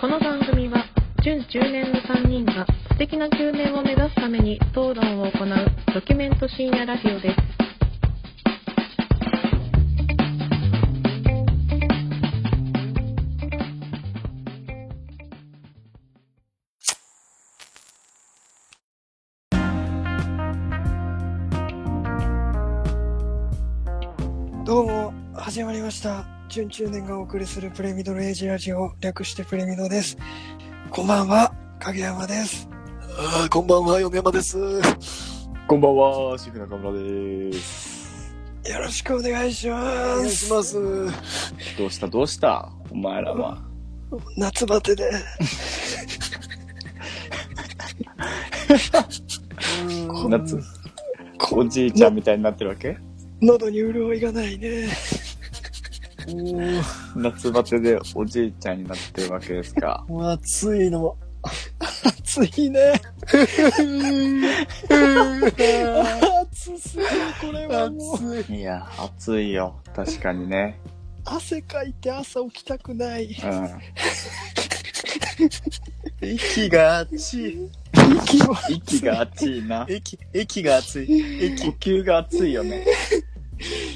この番組は準10年の3人が素敵な9年を目指すために討論を行うドキュメント深夜ラジオです。どうも始まりました準中年がお送りするプレミドルエイジラジオ略してプレミドですこんばんは影山ですあーこんばんは、米山です。こんばんは、シェフ中村です。よろしくお願いしおま願いすします。どうしたどうしたお前らは。夏バテでうん夏、こおじいちゃんみたいになってるわけ喉に潤いがないね夏バテでおじいちゃんになってるわけですか。もう暑いのも。暑いね暑すぎるこれはもう暑い。いや、暑いよ。確かにね。汗かいて朝起きたくないうん。駅が暑い。息は息が熱いな。駅、駅が暑い。呼駅。吸が熱いよね。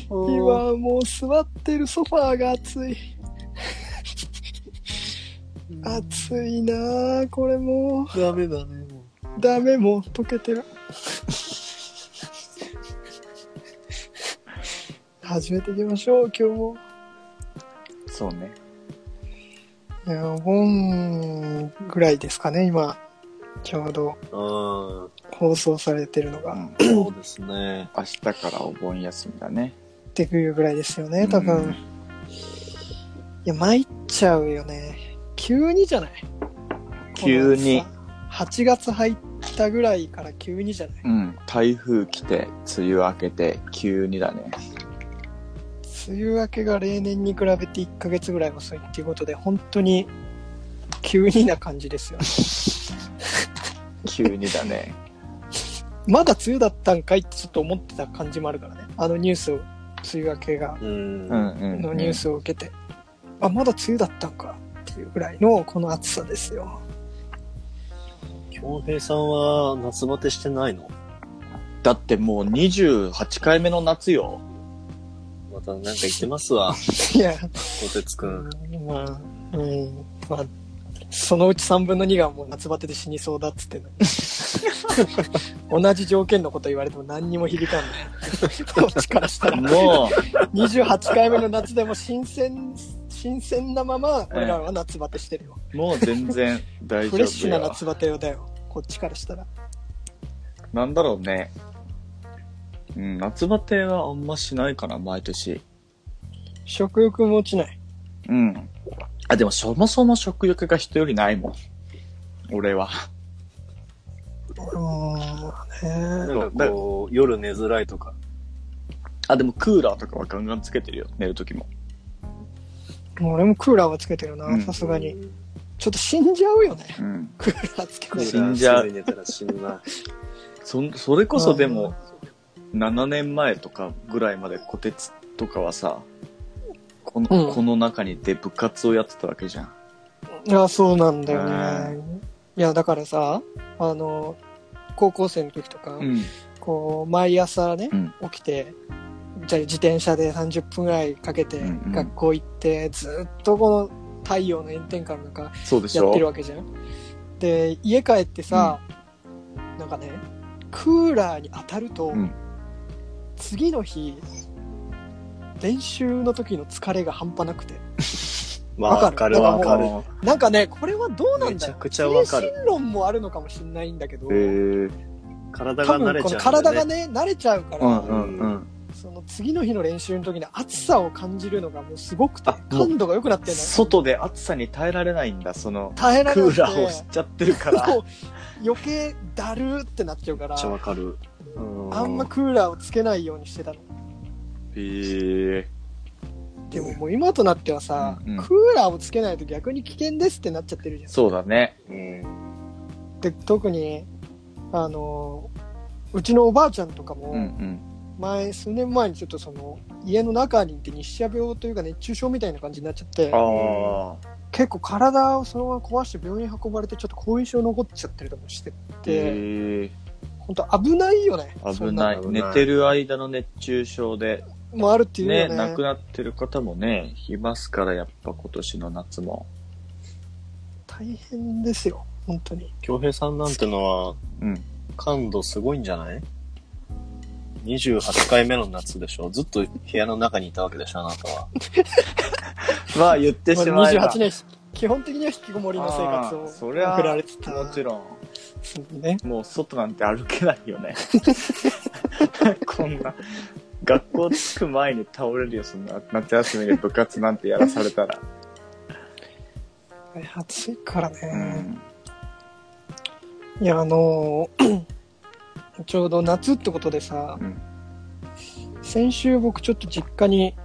今、今もう座ってるソファーが暑い暑いなあこれもダメだね。もうダメもう溶け てる始めていきましょう今日もそうね。いやお盆ぐらいですかね今ちょうどう放送されてるのうがん。うん。そうですね。明日からお盆休みだね。っていうぐらいですよね多分、うんいや参っちゃうよね急にじゃない急にこのさ8月入ったぐらいから急にじゃないうん。台風来て、梅雨明けて、急にだね。梅雨明けが例年に比べて1ヶ月ぐらい遅いっていうことで本当に急にな感じですよ、ね、急にだね。まだ梅雨だったんかいってちょっと思ってた感じもあるからねあのニュースを梅雨明けがうんうんうん、うん。のニュースを受けて、あまだ梅雨だったんかっていうぐらいのこの暑さですよ京平さんは夏バテしてないのだってもう28回目の夏よ。またなんか言ってますわ、いや、小鉄くん。まあうんまあそのうち3分の2がもう夏バテで死にそうだっつって んのに同じ条件のこと言われても何にも響かんねこっちからしたらもう、 28回目の夏でも新鮮新鮮なまま俺らは夏バテしてるよ、もう全然大丈夫よ。フレッシュな夏バテよだよこっちからしたらなんだろうね。うん、夏バテはあんましないかな、毎年。食欲も落ちないうん。あ、でもそもそも食欲が人よりないもん。俺は。うんねなんかこう、夜寝づらいとか。あ、でもクーラーとかはガンガンつけてるよ、寝るときも。俺もクーラーはつけてるうなんさすがにちょっと死んじゃうよねうん。クーラーつけクてるー死ラーんじゃうつけて寝たら死ぬな。そ、それこそでも、7年前とかぐらいまでこてつとかはさ、この、うんこの中にで部活をやってたわけじゃん。いやそうなんだよねいやだからさあの高校生の時とか、うん。こう毎朝ね、うん起きてじゃあ自転車で30分ぐらいかけてうんうん学校行って、ずっとこの太陽の炎天下の中そうでしやってるょわけじゃんで家帰ってさ、なんかねクーラーに当たると、うん次の日練習の時の疲れが半端なくてわかるわわかる。あなんかねこれはどうなんだろうめちゃくちゃわかる精神論もあるのかもしれないんだけど、ーへえ体多が慣分れこちのゃう、体が。ね慣れちゃうかうら、んうんうん。その次の日の練習の時に暑さを感じるのがもうすごくてあもう感度が良くなってるの外で暑さに耐えられないんだ、その、耐えられなクくーてラーをしちゃってる から。そう余計だるーってなっちゃうかめらっちゃわかる。あんまクーラーをつけないようにしてたのえでももう今となってはさ、うんうんクーラーをつけないと逆に危険ですってなっちゃってるじゃそうだね。うん。んで特にあのうちのおばあちゃんとかも、うんうん。前数年前にちょっとその家の中にいて日射病というか熱中症みたいな感じになっちゃってああ。結構体をそのまま壊して病院運ばれてちょっと後遺症残っちゃってるとかしてて、え本当危ないよね。ー、そ危んなないのそん寝なてる間の熱中症でもあるっていうよねね。亡くなってる方もねいますからやっぱ今年の夏も大変ですよ、本当に。京平さんなんてのは、うん感度すごいんじゃない ?28 回目の夏でしょずっと部屋の中にいたわけでしょあなたは。まあ言ってしまえば28年、基本的には引きこもりの生活あをーそりゃ送られてた。もちろんん。ね。もう外なんて歩けないよね こんな学校着く前に倒れるよそんな夏休みで部活なんてやらされたら、暑いからね。うん、いや、あの ーちょうど夏ってことでさ、うん先週僕ちょっと実家に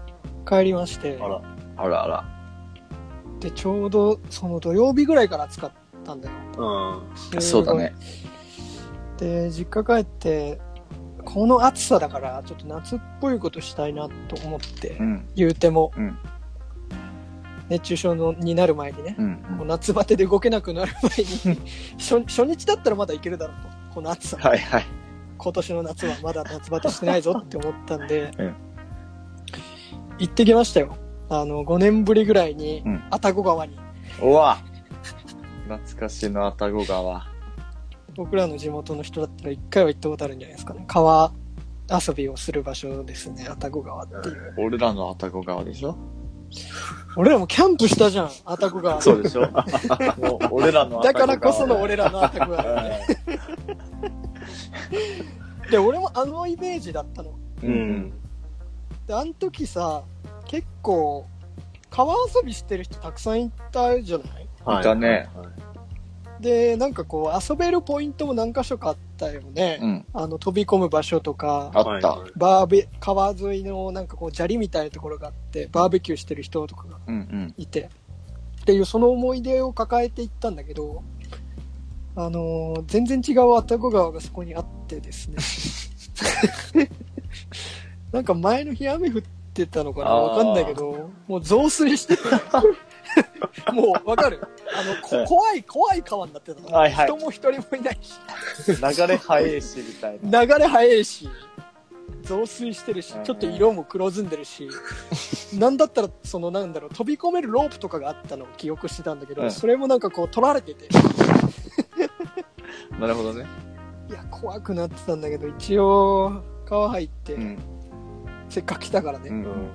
帰りまして、あら。あらあらで、ちょうどその土曜日ぐらいから暑かったんだよ。うん。すごいそうだね。で、実家帰って、この暑さだから、ちょっと夏っぽいことしたいなと思ってう、ん言うても、うん熱中症のになる前にね、うんこううん夏バテで動けなくなる前に 初、初日だったらまだいけるだろうと、この暑さ。はいはい、今年の夏はまだ夏バテしてないぞって思ったんでうん行ってきましたよあの5年ぶりぐらいにうん愛宕川にうわ懐かしの愛宕川僕らの地元の人だったら1回は行ったことあるんじゃないですかね川遊びをする場所ですね愛宕川っていう、俺らの愛宕川でしょ俺らもキャンプしたじゃん愛宕川そう でしょもう俺らの愛だ宕川からこその俺らの愛宕川だよね で俺もあのイメージだったのうんうん。であの時さ結構川遊びしてる人たくさんいたじゃないはいいたね。はいでなんかこう遊べるポイントも何か所かあったよね、うんあの飛び込む場所とかあったはいはいバーベ川沿いのなんかこう砂利みたいなところがあってバーベキューしてる人とかがうんうんいてっていうその思い出を抱えていったんだけどあのー全然違う愛宕川がそこにあってですね なんか前の日雨降ってたのかなあーわかんないけどもう増水 しててもうわかるあのこはい怖い怖い川になってたの、はいはい人も一人もいないし流れ早いしみたいな流れ早いし増水してるしうんちょっと色も黒ずんでるし、なんだったらそのなんだろう飛び込めるロープとかがあったのを記憶してたんだけど、うんそれもなんかこう取られててなるほどねいや怖くなってたんだけど一応川入って、うんせっかく来たからね、うん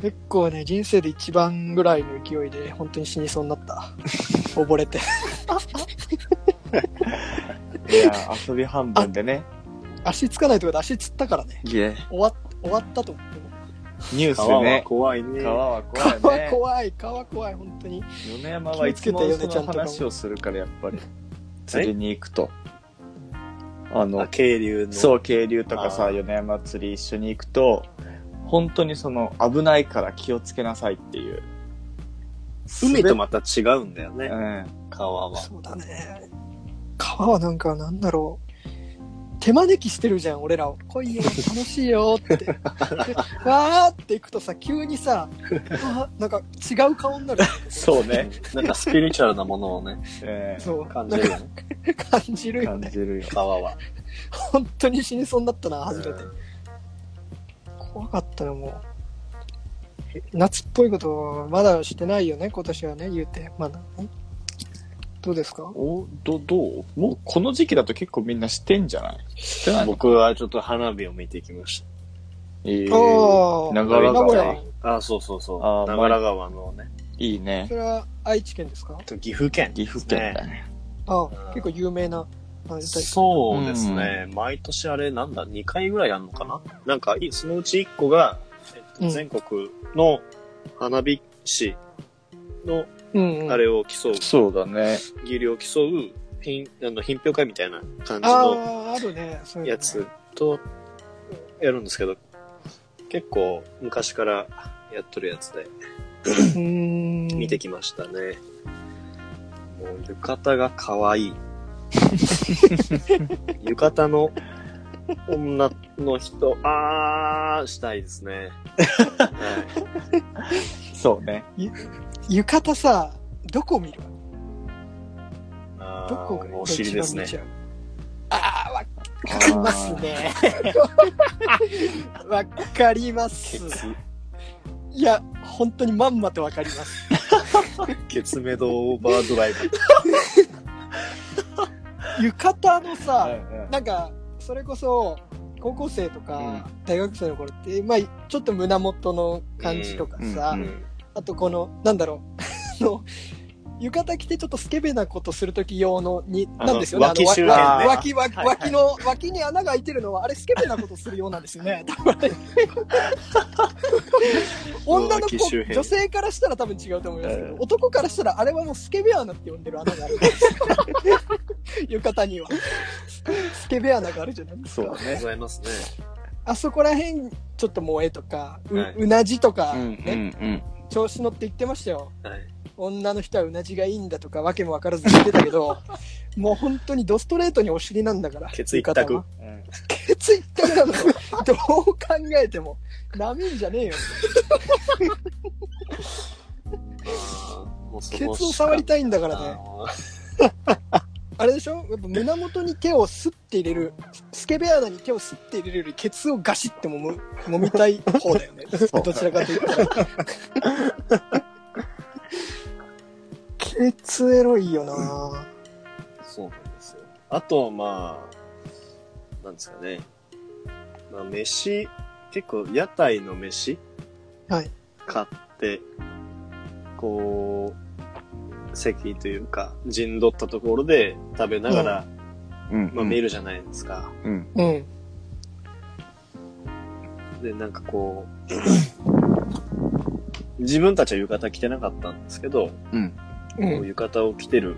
結構ね人生で一番ぐらいの勢いで本当に死にそうになった溺れていや遊び半分でね足つかないとこで足つったからねいえ終わ終わったと思ってもニュース川はね怖いね。川は怖い川ね怖い川怖い本当に米山はいつも気をつけてよねそちゃのんとかも話をするからやっぱり釣りに行くとああの渓流の。そう渓流とかさあー米山釣り一緒に行くと本当にその危ないから気をつけなさいっていう海とまた違うんだようね。ん川は。そうだね。川はなんか、なんだろう。手招きしてるじゃん、俺らを。来いよ、楽しいよって。 でわーって行くとさ、急にさ、あなんか違う顔になる。そうね、なんかスピリチュアルなものをね、ええそう。感なじんるかよね。感じるよ感ね。じるよ川は。本当に死にそうになったな、初めてう。ん怖かったよ、もう。え夏っぽいこと、まだしてないよね、今年はね、言うて。まだね。どうですかおどどうもうこの時期だと結構みんなしてんじゃないしてな い僕はちょっと花火を見てきましええあー長良名古川屋。た。あ、そうそうそう。あー長良川のね、いいねそれは愛知県ですか岐阜県。岐阜県だねあん結構有名な。あそうですね、毎年あれなんだ2回ぐらいやるのかななんかいそのうち1個が、えっうと、ん全国の花火師のうん、うん。あれを競う、そうだね技量を競う品あの品評会みたいな感じのああ、あるね。そういうのやつ。とやるんですけど結構昔からやっとるやつでうーん。見てきましたね、もう浴衣が可 愛い浴衣の女の人あーしたいですね、はそうねい浴衣さ、どこ見るあ どこーがお尻ですね。一番見ちゃうああ、わわかります ね。わかりますケ。ツ、いや、本当にまんまとわかります。ケツメドオーバードライブ。浴衣のうさ、んうんなんか、それこそ、高校生とか、大学生の頃って、まあ、ちょっと胸元の感じとかさ、うんうんあとこの、なんだろう、あ の、浴衣着てちょっとスケベなことするとき用のに、あのなんですよね。あの脇周辺ね脇、脇、はいはい脇の、脇に穴が開いてるのは、あれスケベなことするようなんですよね。多分あれ女の脇子、周辺女性からしたら多分違うと思いますけえどえ、男からしたらあれはもうスケベ穴って呼んでる穴がある。 浴衣には。スケベ穴があるじゃないですそうか。だごね。ざいますね。あそこら辺、ちょっと萌えとか、う,、はいうなじとか、うんねうん調子乗って言ってましたよ。はい。女の人はうなじがいいんだとかわけも分からず言ってたけ どもう本当にドストレートにお尻なんだからケツ一択浴衣はうんうん。ケツ一択なのよどう考えてもなめんじゃねえよもうそケツこをしか触りたいんだからあねのあれでしょやっぱ胸元に手をスッて入れるスケベ穴に手をスッて入れるよりケツをガシッてもむ揉みたい方だよ ねうどちらかといったらケツエロいよなそうなんですよ。あと、まあ、なんですかね。まあ、飯、結構屋台の飯はい買って、こう、席というか、陣取ったところで食べながら、うんまあ見るじゃないですか。うん。うんで、なんかこう、 自分たちは浴衣着てなかったんですけど、うん。うこうん浴衣を着てる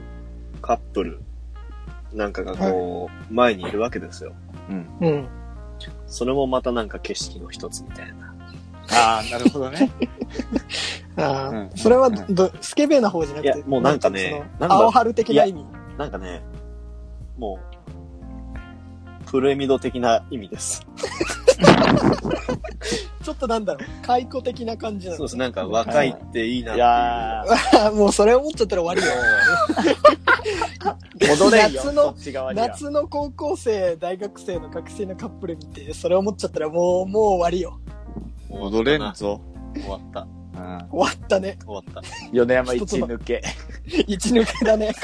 カップルなんかがこう、前にいるわけですよ。うん。うんそれもまたなんか景色の一つみたいな。ああ、なるほど ね。ああ、うんそれはうんど、スケベな方じゃなくいて、やもうなんかねなんていうのな青んだ春的な意味。なんかね、もう、プレミド的な意味です。ちょっとなんだろう、解雇的な感じなそうのです。なんか若いっていいなっていいう。やあ もうそれ思っちゃったら終わりー、よ。戻れんよ。夏そのっ、ち側には。夏の高校生、大学生の学生のカップル見て、それ思っちゃったらもう、もう終わりよ。戻れんぞ。終わった。うん。終わったね。終わっ米山一抜け。一抜けだね。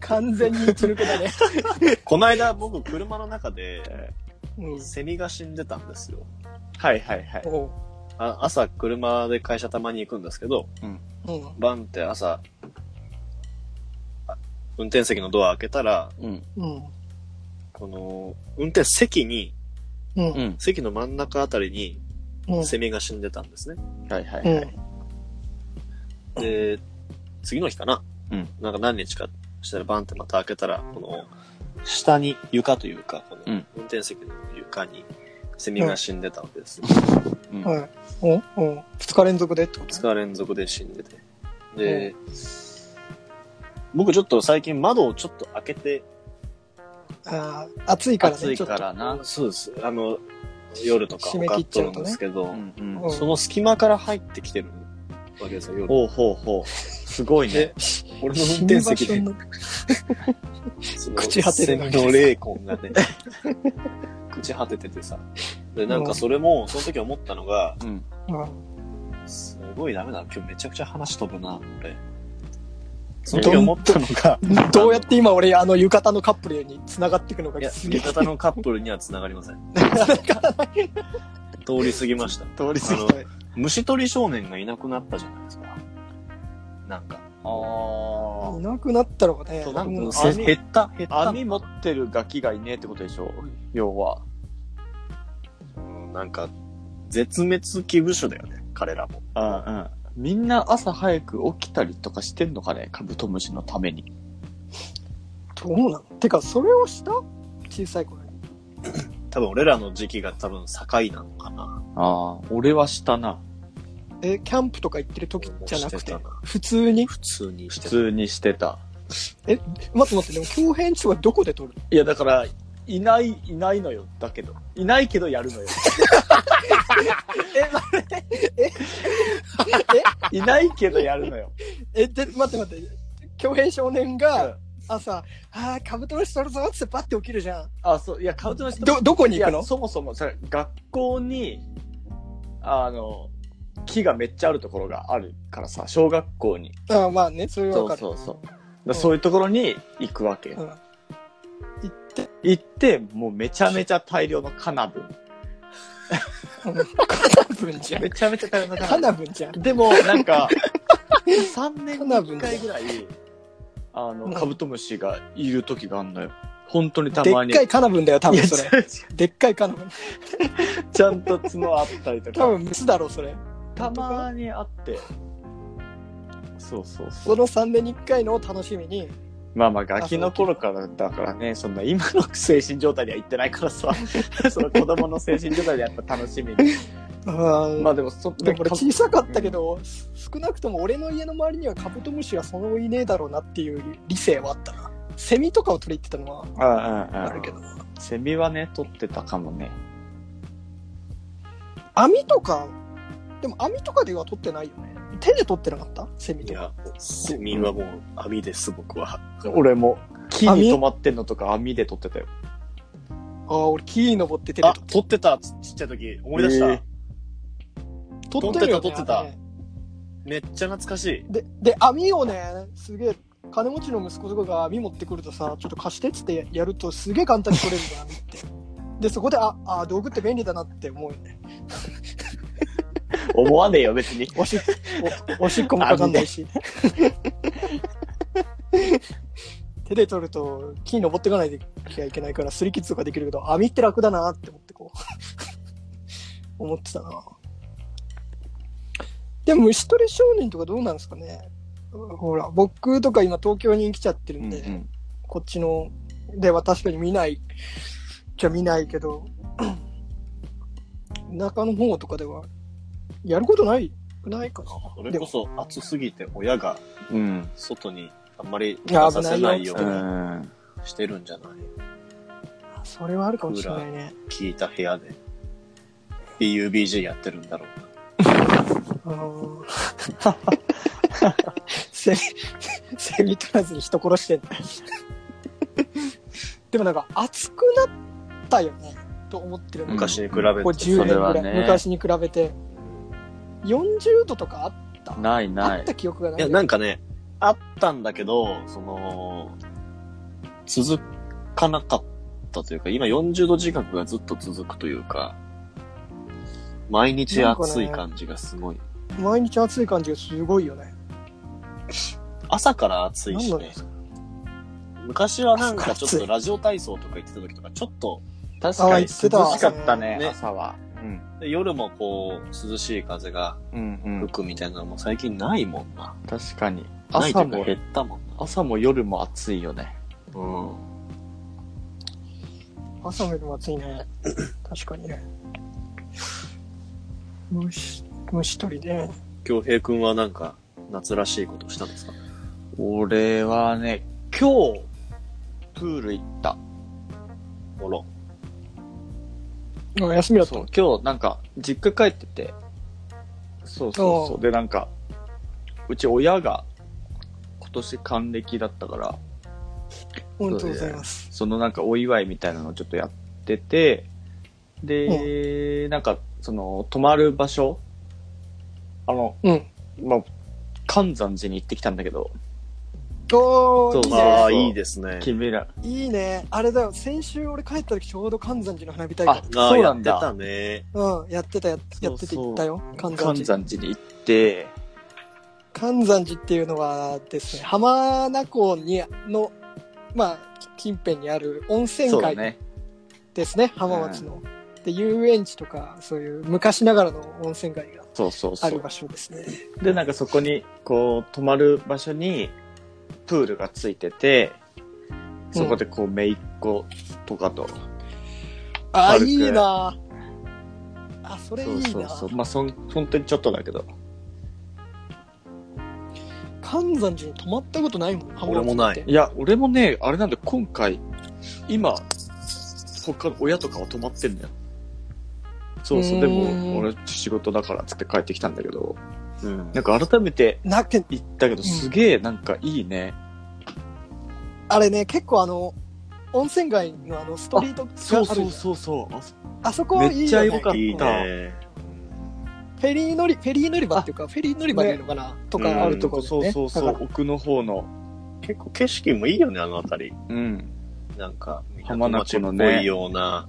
完全に一抜けだね。た。この間僕車の中でうん。セミが死んでたんですよ。はいはいはい。おうあ朝車で会社たまに行くんですけど、うん。バンって朝、あ運転席のドア開けたら、うん。うん。この、運転席に、うん。ん。席の真ん中あたりにうん。セミが死んでたんですね。はいはいうはい。ん。で、次の日かな、うんなんか何日かしたらバンってまた開けたら、この、下に床というか、このうん運転席の床にセミが死んでたわけですよ。うんはい。おお二日連続でってこと2日連続で死んでて。で、僕ちょっと最近窓をちょっと開けて、ああ、暑いからね。暑いからな。そうです。あの、夜とか締をめか切っっちとゃるうんとねですけど、うんうんうんその隙間から入ってきてるわけですよ、夜。ほうほうほう。すごいねで。、俺の運死転ぬ場席所でに、なってその朽ち果てるのにセミの霊魂がね、朽ち果てててさ。で、なんかそれも、その時思ったのが、うん。うんすごいダメだな、今日めちゃくちゃ話飛ぶな、俺。その時思ったのが、どうやって今俺、あの浴衣のカップルに繋がっていくのいかや、すげえ味。方のカップルには繋がりません。 通り過ぎました。通り過ぎた虫取り少年がいなくなったじゃないですか。なんか。あいなくなったのかね。そうなんうんかあせの減った、減っあ。た。網持ってるガキがいねえってことでしょ要は。うんなんか、絶滅危惧種だよね、彼らも。うんうん。みんな朝早く起きたりとかしてんのかねカブトムシのために。どうなのてか、それをした小さい頃に。多分俺らの時期が多分境なのかな。ああ、俺はしたな。え、キャンプとか行ってる時じゃなくしててた、な普通に。普通にして普た通にしてた。え、待って待って、でも、狂変地はどこで撮るいや、だから、いない、いないのよ。だけど。いないけどやる のよ。え、いないけどやるのよ。え、で、待って待って。恭平少年うんが朝、あー、カブトムシ取るぞっつってパッて起きるじゃん。あ、そう、いや、カウントの人ど、どこに行くいやのそもそも、それ、学校に、あの、木がめっちゃあるところがあるからさ、小学校に。あーまあね、それはそわかうる。そうそう。だからそういうところに行くわけよ。うん行って、もうめちゃめちゃ大量のカナブン。うん カナブンじゃん め。ちゃめちゃ大量のカカナナブンじゃん。ブン。でも、なん か、3年カにナブンじゃん1回ぐらい、あうの、んカブトムシがいる時があんのよ。本当にたでまっに。かいカナブンだよ、多いや分それ。違う違うでっかいカナブン。ちゃんと角あったりと多か。分メスだろ、それ。たまにあって。そうそうそそう。の3年に1回のを楽しみに。まあまあ、ガキの頃からだからね、そんな今の精神状態には行ってないか らさ、その子供の精神状態でやっぱ楽しみに。あまーあでも、そででもも俺小さかったけど、少なくとも俺の家の周りにはカブトムシはその後いねえだろうなっていう理性はあったな。セミとかを取り入ってたのはあああああるけど。セミはね、取ってたかもね。網とか、でも網とかでは取ってないよね。手で取ってなかったセミいとか。や、セミはもう網です、僕は。俺も、木網に止まってんのとか網で取ってたよ。ああ、俺木登って手であ、撮ってた、ちちっちゃい時。思い出した。えー取ってってたるよ、ね。取ってたあれねめっちゃ懐かしい。で、で、網をね、すげえ、金持ちの息子とかが網持ってくるとさ、ちょっと貸してっつってやるとすげえ簡単に取れるじゃん、網って。で、そこで、あ、あ、道具って便利だなって思うよね。思わねえよ、別に。おしっおお しっこもかかんないし。手で取ると木に登っていかないといけないからすり傷とかできるけど網って楽だなって思ってこう 思ってたなでも虫捕り少年とかどうなんですかねほら僕とか今東京に来ちゃってるうんんで、うんこっちのでは確かに見ないじゃ見ないけど 田舎の方とかではやることないないかなそれこそ暑すぎて親がうん。外にあんまりいや出させないよううにん。してるんじゃないそれはあるかもしれないね。聞いた部屋で。BUBG やってるんだろうな。あのーセミ、セミ取らずに人殺してんだ。 でもなんか暑くなったよね、と思ってるの。昔に比べこて。こ10年ぐそられい、はね昔に比べて。40度とかあっないなあっい。た記憶がないいや、なんかね、あったんだけど、その、続かなかったというか、今40度近くがずっと続くというか、毎日暑い感じがすごい。毎日暑い感じがすごいよね。朝から暑い何しなんでねす。か昔はなんかちょ朝っから暑といラジオ体操とか行ってた時とか、ちょっと確あかに涼言ってしたかったね、ね朝は。うん。で夜もこう、涼しい風がうんう吹ん。くみたいなのも最近ないもんな。確かに。ないと朝いうかも、減ったもんな。朝も夜も暑いよね。うん。朝もよりも暑いね。確かにね。虫、虫取りね。京平くんはなんか、夏らしいことしたんですか俺はね、今日、プール行った。おろ。あ休みだったそうの。、今日なんか、実家帰ってて、そうそうそおう。うで、なんか、うち親が、今年還暦だったから、おめでとうございます。そのなんかお祝いみたいなのをちょっとやってて、で、なんか、その、泊まる場所あの、うん。まあ、関山寺に行ってきたんだけど、おそうー、いいね。ああ、いいですね。君ら、いいね。あれだよ。先週俺帰った時ちょうど関山寺の花火大あ会。、あそあ、うやなっんてだ。たね。うん、やってたや、やっててそうそう行ったよ。関山関寺。山寺に行って、関山寺っていうのはですね、浜名湖に、の、まあ、近辺にある温泉そうだ街ね。ですね、浜松の。で、遊園地とか、そういう昔ながらの温泉街がそうそうそあうる。場所ですね。で、なんかそこに、こう、泊まる場所に、プールがついてて、そこでこう、めいっ子とかと、あ、軽くいいなあ、それいいそうなそうそう、まあ、そん、本当にちょっとだけど、関山寺に泊まったことないもん、浜俺もないっていや、俺もね、あれなんだよ、今回、今、他の親とかは泊まってんだよ。そうそう、うでーんも、俺、仕事だからっつって帰ってきたんだけど、ううんなんか改めてなけ言ったけど、すげえなんかいいね。あれね、結構あの、温泉街のあのストリートがあるじゃそんうそうそうそう。あそあそこいいよ、ね、めっちゃ良かったいいね。フェリー乗り、フェリー乗り場っていうか、フェリー乗り場でいいのかな、とかあるところで、ねそうそうそだうか、、奥の方の。結構景色もいいよね、あの辺り。うん。なんか、浜名湖のね港町っぽいような、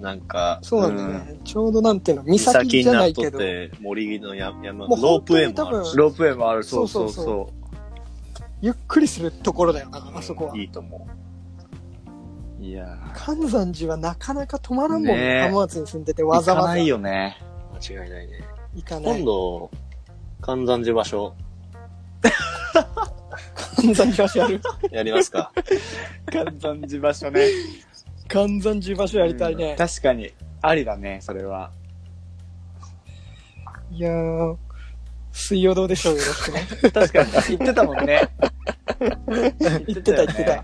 なんからそうなんだよね、ちょうどなんていうの、岬岬にじゃなないっとけっど、て、森の山、山もうロー本プ当ウェイに多もあ分るし。ロープウェイもある、そそううそそううそそううゆっくりするところだよな、あそこは。いいと思いや関山寺はなかなか止まらんもんねね。浜松に住んでてわざ行かわざないよね。 う。間違いないね。行かない。今度、関山寺場所、関山寺橋やる。やりますか。簡単地場所ね。関山寺橋やりたいうんね。確かに、ありだね、それは。いやー、水曜どうでしょうよろしくね。確かに、言ってたもん ね。言ってた言よねってた。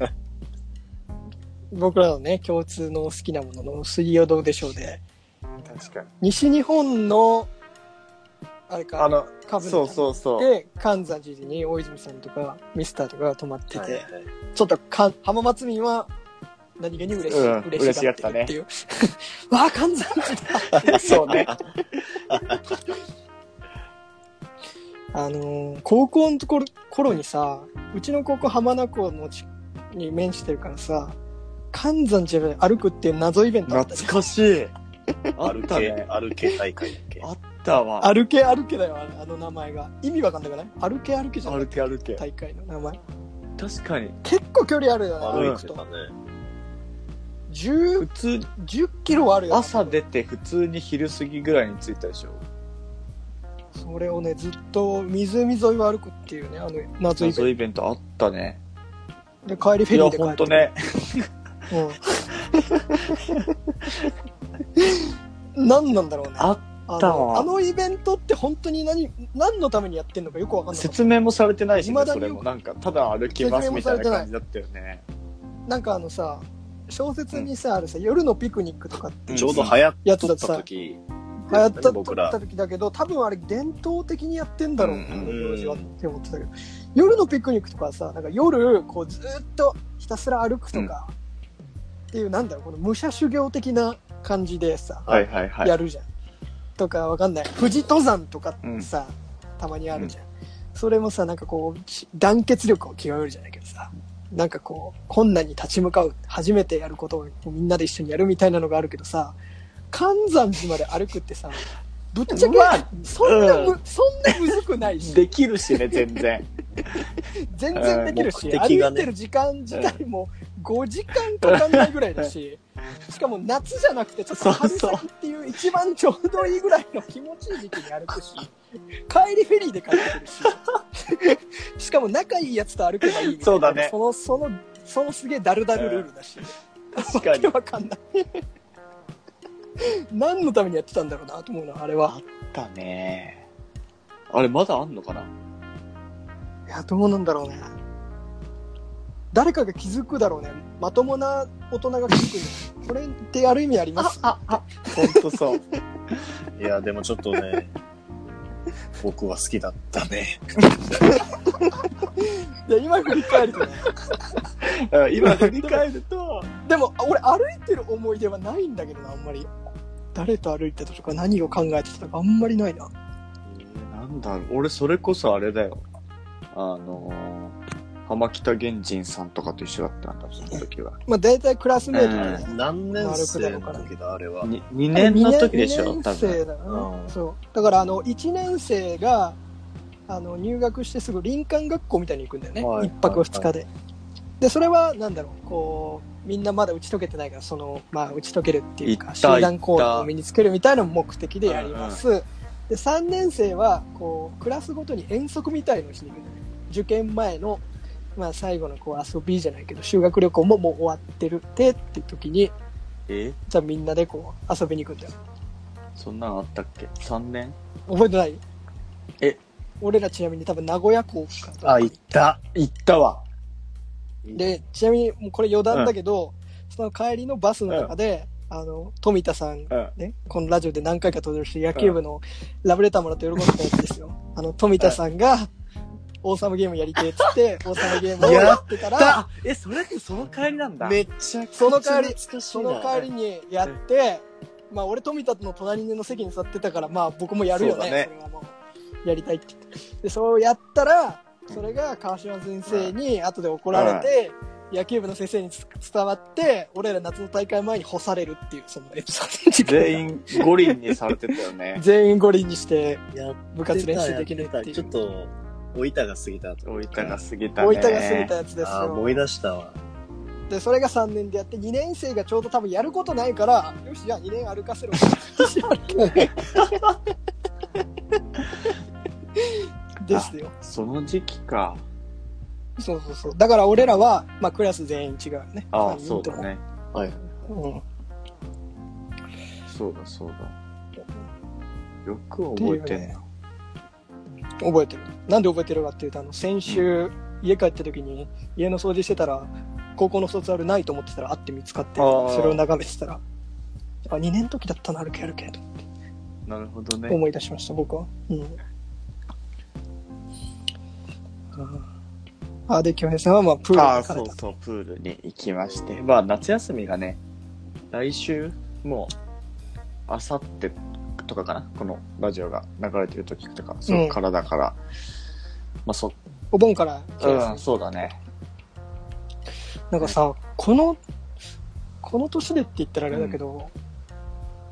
僕らのね、共通の好きなものの水曜どうでしょうで、確かに。西日本の、あれか、あの、カブそうそうそう。で、関山寺に大泉さんとかミスターとかが泊まってて、はいはいちょっとか浜松民は何気に嬉しい、うん嬉しがってるっていう。 わあ、関山寺だそうね。あのー高校のところ頃にさうちの高校浜名湖のちに面してるからさ関山寺で歩くっていう謎イベントあった じ懐かしい。あっ歩たけ、ね。歩け大会だっけ。あったわ。ゃん歩け歩けだよあれあの名前が意味わかんなくない歩け歩けじゃな歩いけ歩け。大会の名前確かに。結構距離あるよね歩歩いくてたとね。 10普通に10キロはあるよ朝出て普通に昼過ぎぐらいに着いたでしょそれをねずっと湖沿いを歩くっていうねあの謎イベン謎イベントあったねトで帰りフいェリやーで帰ほんってとねうん、 何なんだろうねああたわのあのイベントって本当に何何のためにやってんのかよくわかんない説明もされてないしね未だそにれもなんかただ歩きますみたいな説明もさ感れじだったよねなんかあのさ小説にさ、あるさ夜のピクニックとかってちょうど流行っやつとだっったた時、流行ったと僕っらた。時だけど多分あれ伝統的にやってんだろうな、うんうあんうんの行事はって思ってたけど夜のピクニックとかさなんか夜こうずーっとひたすら歩くとか、っていうなんだろうこの武者修行的な感じでさ、はいはいはいやるじゃん、とかわかんない富士登山とかさ、たまにあるじゃん、それもさなんかこうし団結力を極めるじゃないけどさなんかこう困難に立ち向かう初めてやることをみんなで一緒にやるみたいなのがあるけどさ関山寺まで歩くってさぶっちゃけ、うわそんなむ、うそんなむずくないしできるしね全然全然できるし、うん目的歩がねいてる時間自体も5時間かかんないぐらいだし、しかも夏じゃなくて、ちょっと春先っていう一番ちょうどいいぐらいの気持ちいい時期に歩くし、帰りフェリーで帰ってくるし、しかも仲いいやつと歩けばいいみたいなそうだねその、その、そのすげえダルダルルールだし、確かにわけわかんない。何のためにやってたんだろうなと思うな、あれは。だねあれまだあんのかないや、どうなんだろうね。誰かが気づくだろうね。まともな大人が気づくんだ。これってやる意味ありますああほんと そういや、でもちょっと ね、僕は好きだったね。いや、今振り返るとね。うん今振り返るとでも、俺歩いてる思い出はないんだけどな、あんまり。誰と歩いてたとか何を考えてたとかあんまりないな。なんだろう俺それこそあれだよあのー浜北源人さんとかと一緒だったんだその時はまあ大体クラスメートだね。何年生の時だ、あれは。に2年の時でしあょ二多年生分だな、うんそう。だからあの、1年生が、あの、入学してすぐ林間学校みたいに行くんだよね。一、はい泊二日で。で、それは、なんだろう、こう、みんなまだ打ち解けてないから、その、まあ、打ち解けるっていう行か、っ集た団行動を身につけるみたいな目的でやります。で、3年生は、こう、クラスごとに遠足みたいのをしに行くんだよね。受験前の、まあ、最後のこう遊びじゃないけど、修学旅行ももう終わってるってって時に、えじゃあみんなでこう、遊びに行くんだよ。そんなのあったっけ3年覚えてないえ俺らちなみに多分名古屋港かた行ったわでちなみにもうこれ余談だけど、その帰りのバスの中で、あの、富田さん、うん。ね、このラジオで何回か登場して野球部のラブレターもらって喜んだやつですよ。あの、富田さんが、王様ゲームやりてえっつ って、王様ゲームをやってたら、だえ、それってその帰りなんだ。めっちゃその代わり懐かしいそなの代わりにやって、まあ俺富田の隣の席に座ってたから、まあ僕もやるよね。そうだねそれはもうやりたいって言って。で、そうやったら、それが川島先生に後で怒られて、野球部の先生につ伝わって、俺ら夏の大会前に干されるっていう、そのエピソード。。全員五輪にされてたよね 全員五輪にして、や部活練習できないやっってていたちょうっ。と、お板が過ぎた後。大分が過ぎたね。大分が過ぎたやつですああ、よ思。い出したわ。で、それが3年でやって、2年生がちょうど多分やることないから、よし、じゃあ2年歩か せろ。ですよ。その時期か。そうそうそう。だから俺らは、まあクラス全員違うね。三ああ、そ人うとだも。ね。はい。うん。そうだ、そうだ。よく覚えてんな。覚えてる。なんで覚えてるかっていうと、あの、先週、家帰った時に、家の掃除してたら、高校の卒アルないと思ってたら、あって見つかって、あーそれを眺めてたら、あ、2年の時だったな、歩け歩け、となるほどね。思い出しました、僕は。うん。あーで、京平さんは、まあ、プールああ、に行かそれうた。そう、プールに行きまして。まあ、夏休みがね、来週、もう、あさってとかかなこのラジオが流れてる時とか、そううんからだから。まあ、そ、お盆から京平さんうん、そうだね。なんかさ、この、この年でって言ったらあれだけど、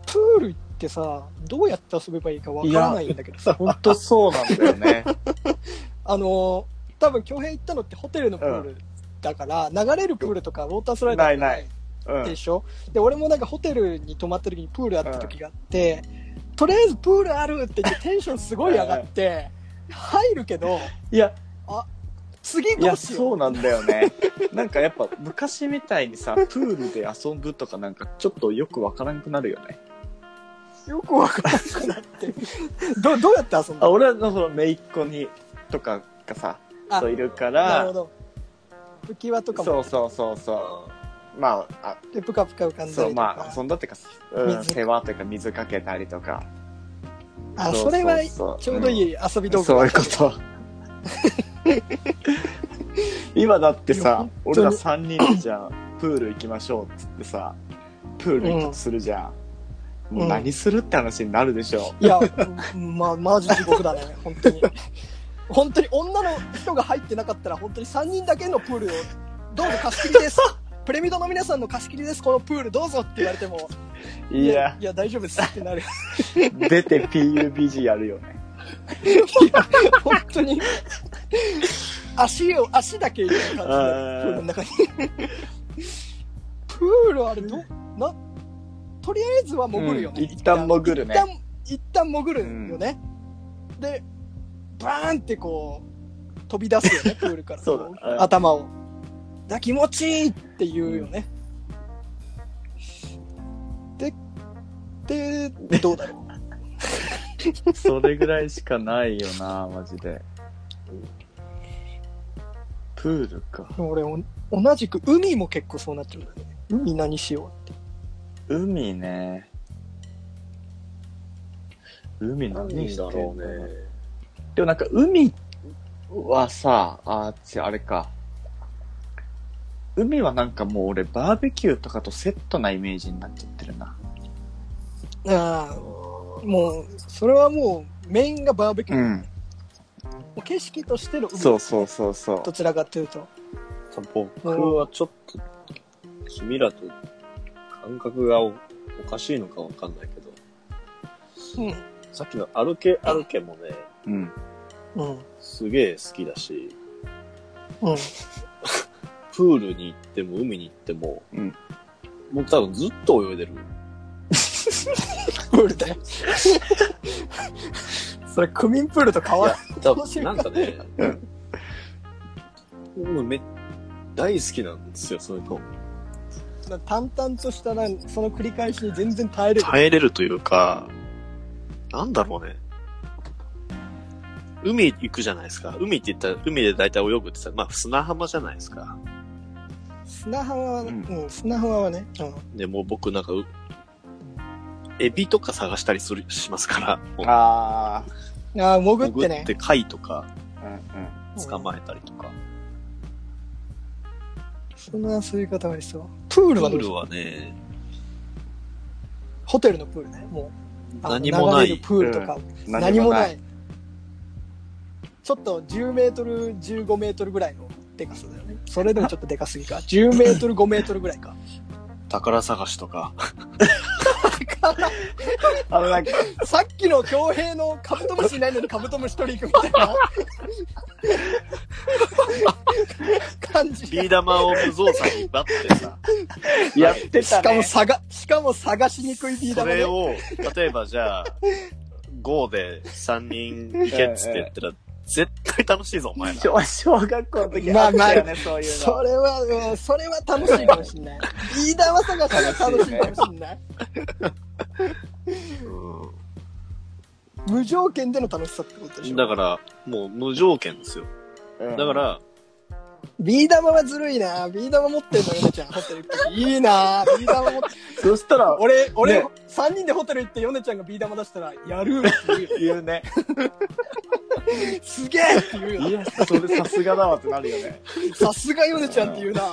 プール行ってさ、どうやって遊べばいいかわからないんだけどさ、ほんとそうなんだよね。あのー、多分京平行ったのってホテルのプールだから、流れるプールとかウォータースライダーとかないないうん で。しょ、で、俺もなんかホテルに泊まった時にプールあった時があって、とりあえずプールあるって言 ってテンションすごい上がって、入るけど、いや、次いどや、うしよう。そうなんだよね。なんかやっぱ昔みたいにさ、プールで遊ぶとかなんかちょっとよくわからなくなるよね。よくわからなくなって。どどうやって遊んだあ、の俺のその姪っ子に、とかがさ、あそういるかなるほら、ど。浮き輪とかもそうそうそうそう。まあ、でぷかぷか浮かあんだりとかそう、まあ、遊んだっていうか、うん、水世話というか水かけたりとか。あそれはそそちょうどいい遊び道う具んだ、そういうこと。今だっていやさ本、当に俺ら3人じゃん、プール行きましょうっつってさ、プール行くとするじゃん。んもう何するって話になるでしょ。いや、うんまあ、マジ地獄だね、本当に。本当に女の人が入ってなかったら、本当に3人だけのプールを、どうぞ貸し切りです。プレミドの皆さんの貸し切りです、このプールどうぞって言われても、いや、いや、大丈夫ですってなる。出て PUBG やるよね。本当に。足を、足だけいる感じで、プあーールの中に。プールあれど、な、とりあえずは潜るよね。うん一旦潜るね一旦、一旦潜るよね。で、バーンってこう、飛び出すよ ね、プールから。そうだこ頭を。だ、気持ちいいって言うよね。で、で、どうだろう。それぐらいしかないよ な、マジで。プールか。 俺お同じく海も結構そうなっちゃうんだよね海何しようって海ね。海何何しだてろんうのね。でもなんか海はさ、あ違うあれか。海はなんかもう俺バーベキューとかとセットなイメージになっちゃってるな。ああもうそれはもうメインがバーベキュー、もん。う景色としての海そうそうそうそうど。ちらかというと僕はちょっと、君らと感覚がおおかしいのかわかんないけど、うさっきの歩け歩けもね、うん。んうんすげえ好きだし、うんプールに行っても海に行っても、うんもう多分ずっと泳いでる。 プールだよそれ区民プールと変わらない多面白分いなんかね、もうめ大好きなんですよ、そういうの。淡々としたなその繰り返しに全然耐えれる耐えれるというか、なんだろうね。海行くじゃないですか。海って言ったら、海で大体泳ぐって言ったら、まあ砂浜じゃないですか。砂浜は、ううんん、砂浜はね、うん、で、もう僕なんかう、エビとか探したりする、しますから、もうあああ、潜って潜ねっ。て貝とかあ、うん捕まえたりとか。そんなそういう方がありそう。プープルはどーうですルかはね、ホテルのプールね。もう。あの何も流なれるい。プールとか、うん。何もない。ちょっと10メートル、15メートルぐらいのでかさだよね。それでもちょっとでかすぎか。10メートル、5メートルぐらい か。宝探しとか。あの、なんか、さっきの強兵のカブトムシいないのにカブトムシ取り行くみたいな感じ ビ。ー玉を無造作に奪ってさ、 やってしたかもね。探、しかも探しにくいビーそ玉ねれを、例えばじゃあ、5で3人行けっつって言ったら、絶対楽しいぞ、お前ら。小小学校の時まああったよね、そういうの。それは、うん、それは楽しいかもしんない。ビー玉探しが楽しいかもしんない。う無条件での楽しさってことでしんょ。だから、もう無条件ですよ。うんだか、ら、ビー玉はずるいな。ビー玉持ってんの、ヨネちゃん、ホテル行く時。いいな。ビー玉持って。そしたら、俺、俺、ね三3人でホテル行って、ヨネちゃんがビー玉出したら、やるって言うよ。言うね。 すげえって言うよ。いや、それさすがだわってなるよね。さすがヨネちゃんって言うな。い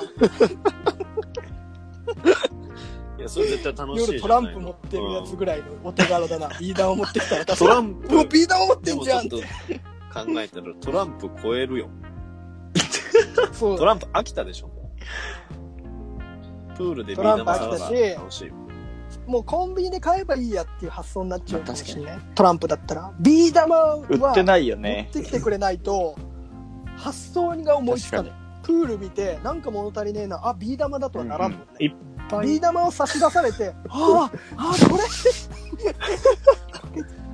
や、それ絶対楽しい夜じトゃラなンいのプ持ってるやつぐらいのお手柄だな。ビー玉持ってきたらうん確トかランプに。もうビー玉持ってでんもじちょゃっんと考えたらトランプ超えるよ。そうトランプ飽きたでしょ、もう。プールでビー玉探すのが楽しい。もうコンビニで買えばいいやっていう発想になっちゃうかもしれない。トランプだったら。ビー玉は 売ってないよ持っね。てきてくれないと、発想が思いつかない。プール見て、なんか物足りねえな、あ、ビー玉だとはならんもんね。うんいっぱいビー玉を差し出されて、ああ、ああ、これ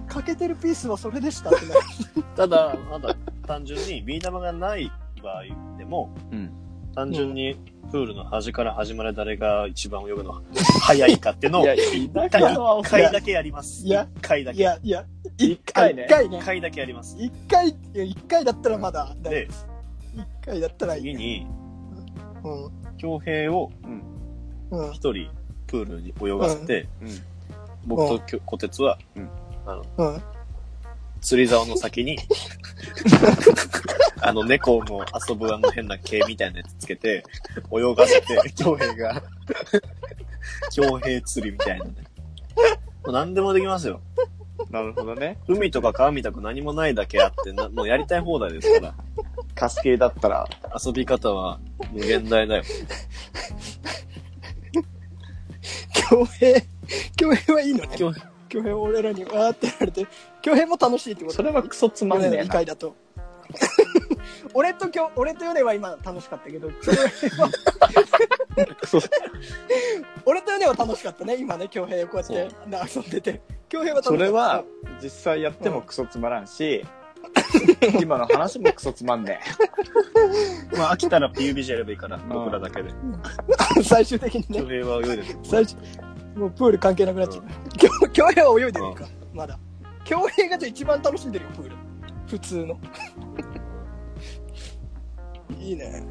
欠けてるピースはそれでしたってなる ただ、まだ単純にビー玉がない場合でも、うん単純にプールの端から端まで誰が一番泳ぐ のが早いかっていうのを、いや、一いなかのはおか回しだけやります。いや一回だいけ。やいや、一回ね一回一ね。回だけやります。一回、いや一回だったらまだ、一で、回だったらいい。次に、うん。強兵をうん。一人プールに泳がせて、うんうん僕ときょ小鉄はうん。釣り竿の先 に、あの猫の遊ぶあの変な毛みたいなやつつけて、泳がせて、京平が、京平釣りみたいなね。もう何でもできますよ。い。なるほどね。海とか川みたく何もないだけあってな、もうやりたい放題ですから、貸し切りだったら、遊び方は無限大 だよ。恭平、 恭平はいいのね。 京恭平俺らにわーってやられて、 恭平も楽しいってことそれはクソつまんねえ2な。回だと。 俺と今日、俺とヨネは今楽しかったけど、恭平は俺とヨネは楽しかったね、今ね、恭平こうやってな遊んでて。恭平は楽しかった。それは、実際やってもクソつまらん し、今の話もクソつまんねまあ飽きたら PUBG やればいいから、僕らだけで。 最終的に京ね、平は泳いでる。最終、もうプール関係なくなっちゃう。恭恭平は泳いでるのか、まだ。恭平がじゃあ一番楽しんでるよ、プール。普通の。 いいね。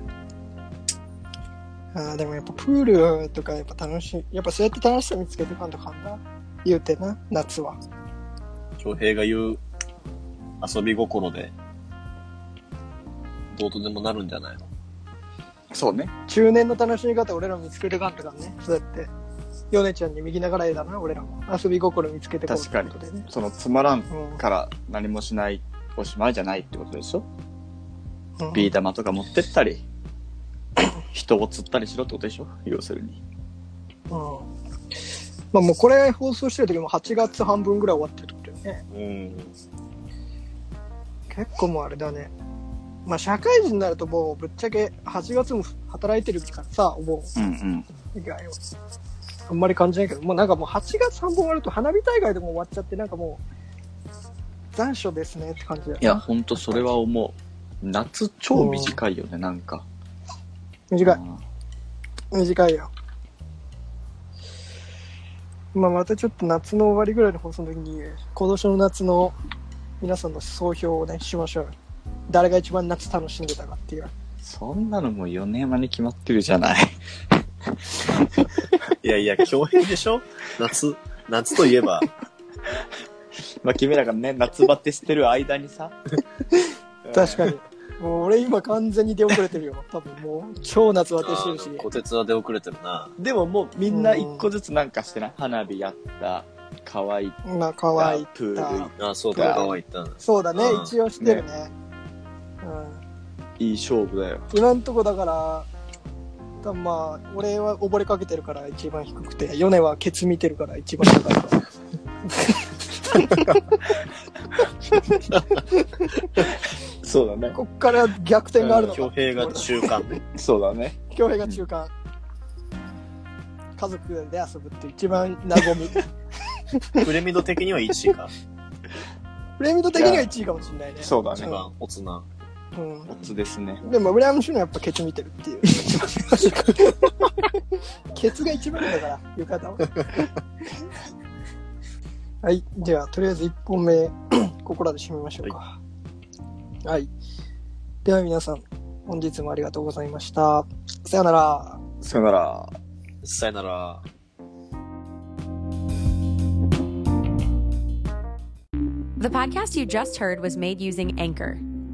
あーでもやっぱプールとかやっぱ楽しい。やっぱそうやって楽しさ見つけてかんとかんな。言うてな、夏は。恭平が言う遊び心で、どうとでもなるんじゃないのえ。そうね。中年の楽しみ方俺らも見つけてかんとかんね。そうやって。ヨネちゃんに右ながらえだな、俺らも。遊び心見つけてこうって確かにことでね。そのつまらんうんから何もしないおしまいじゃないってことでしょうんビー玉とか持ってったり、人を釣ったりしろってことでしょ要するに。うんまあもうこれ放送してる時も8月半分ぐらい終わってるってことだよね。うん。結構もうあれだね。まあ社会人になるともうぶっちゃけ8月も働いてるからさ、お盆うんうん。以外を。あんまり感じないけど、もうなんかもう8月半分終わると花火大会でも終わっちゃって、なんかもう残暑ですねって感じだよ。いや、ほんとそれは思う。夏超短いよね、なんか。短い。うん短いよ。まあまたちょっと夏の終わりぐらいの放送の時に、今年の夏の皆さんの総評をね、しましょう。誰が一番夏楽しんでたかっていう。そんなのもう4年前に決まってるじゃない。 いやいや、強兵でしょ夏、夏とい えば。まあ、君らがね、夏バテしてる間に さ。確かに。 もう俺今完全に出遅れてるよ。多分もう超夏バテしてるし。小鉄は出遅れてるな。でももうみんな一個ずつなんかしてない花火やった、乾いまあ乾いた、プール行っあ、そういだ、や川行ったんそうだね、うん一応してるね。た、いい勝負だよ。うん。今んとこだから、多分まあ、俺は溺れかけてるから一番低くて、ヨネはケツ見てるから一番高い から。そうだね。こっから逆転があるのか。強兵が中間。 そうだね。恭平が中間。家族で遊ぶって一番和 み。プレミド的には1位か。フレーミド的には1位かもしれないね。そうだ一ね。番、おつな。うんオッズですね。でも、村山俊はやっぱケツ見てるっていう。 ケツが一番だから、浴衣を。 はい。では、とりあえず1本目、 ここらで締めましょうか。はい。では、皆さん、本日もありがとうございました。さよなら。さよなら。さよなら。 The podcast you just heard was made using Anchor.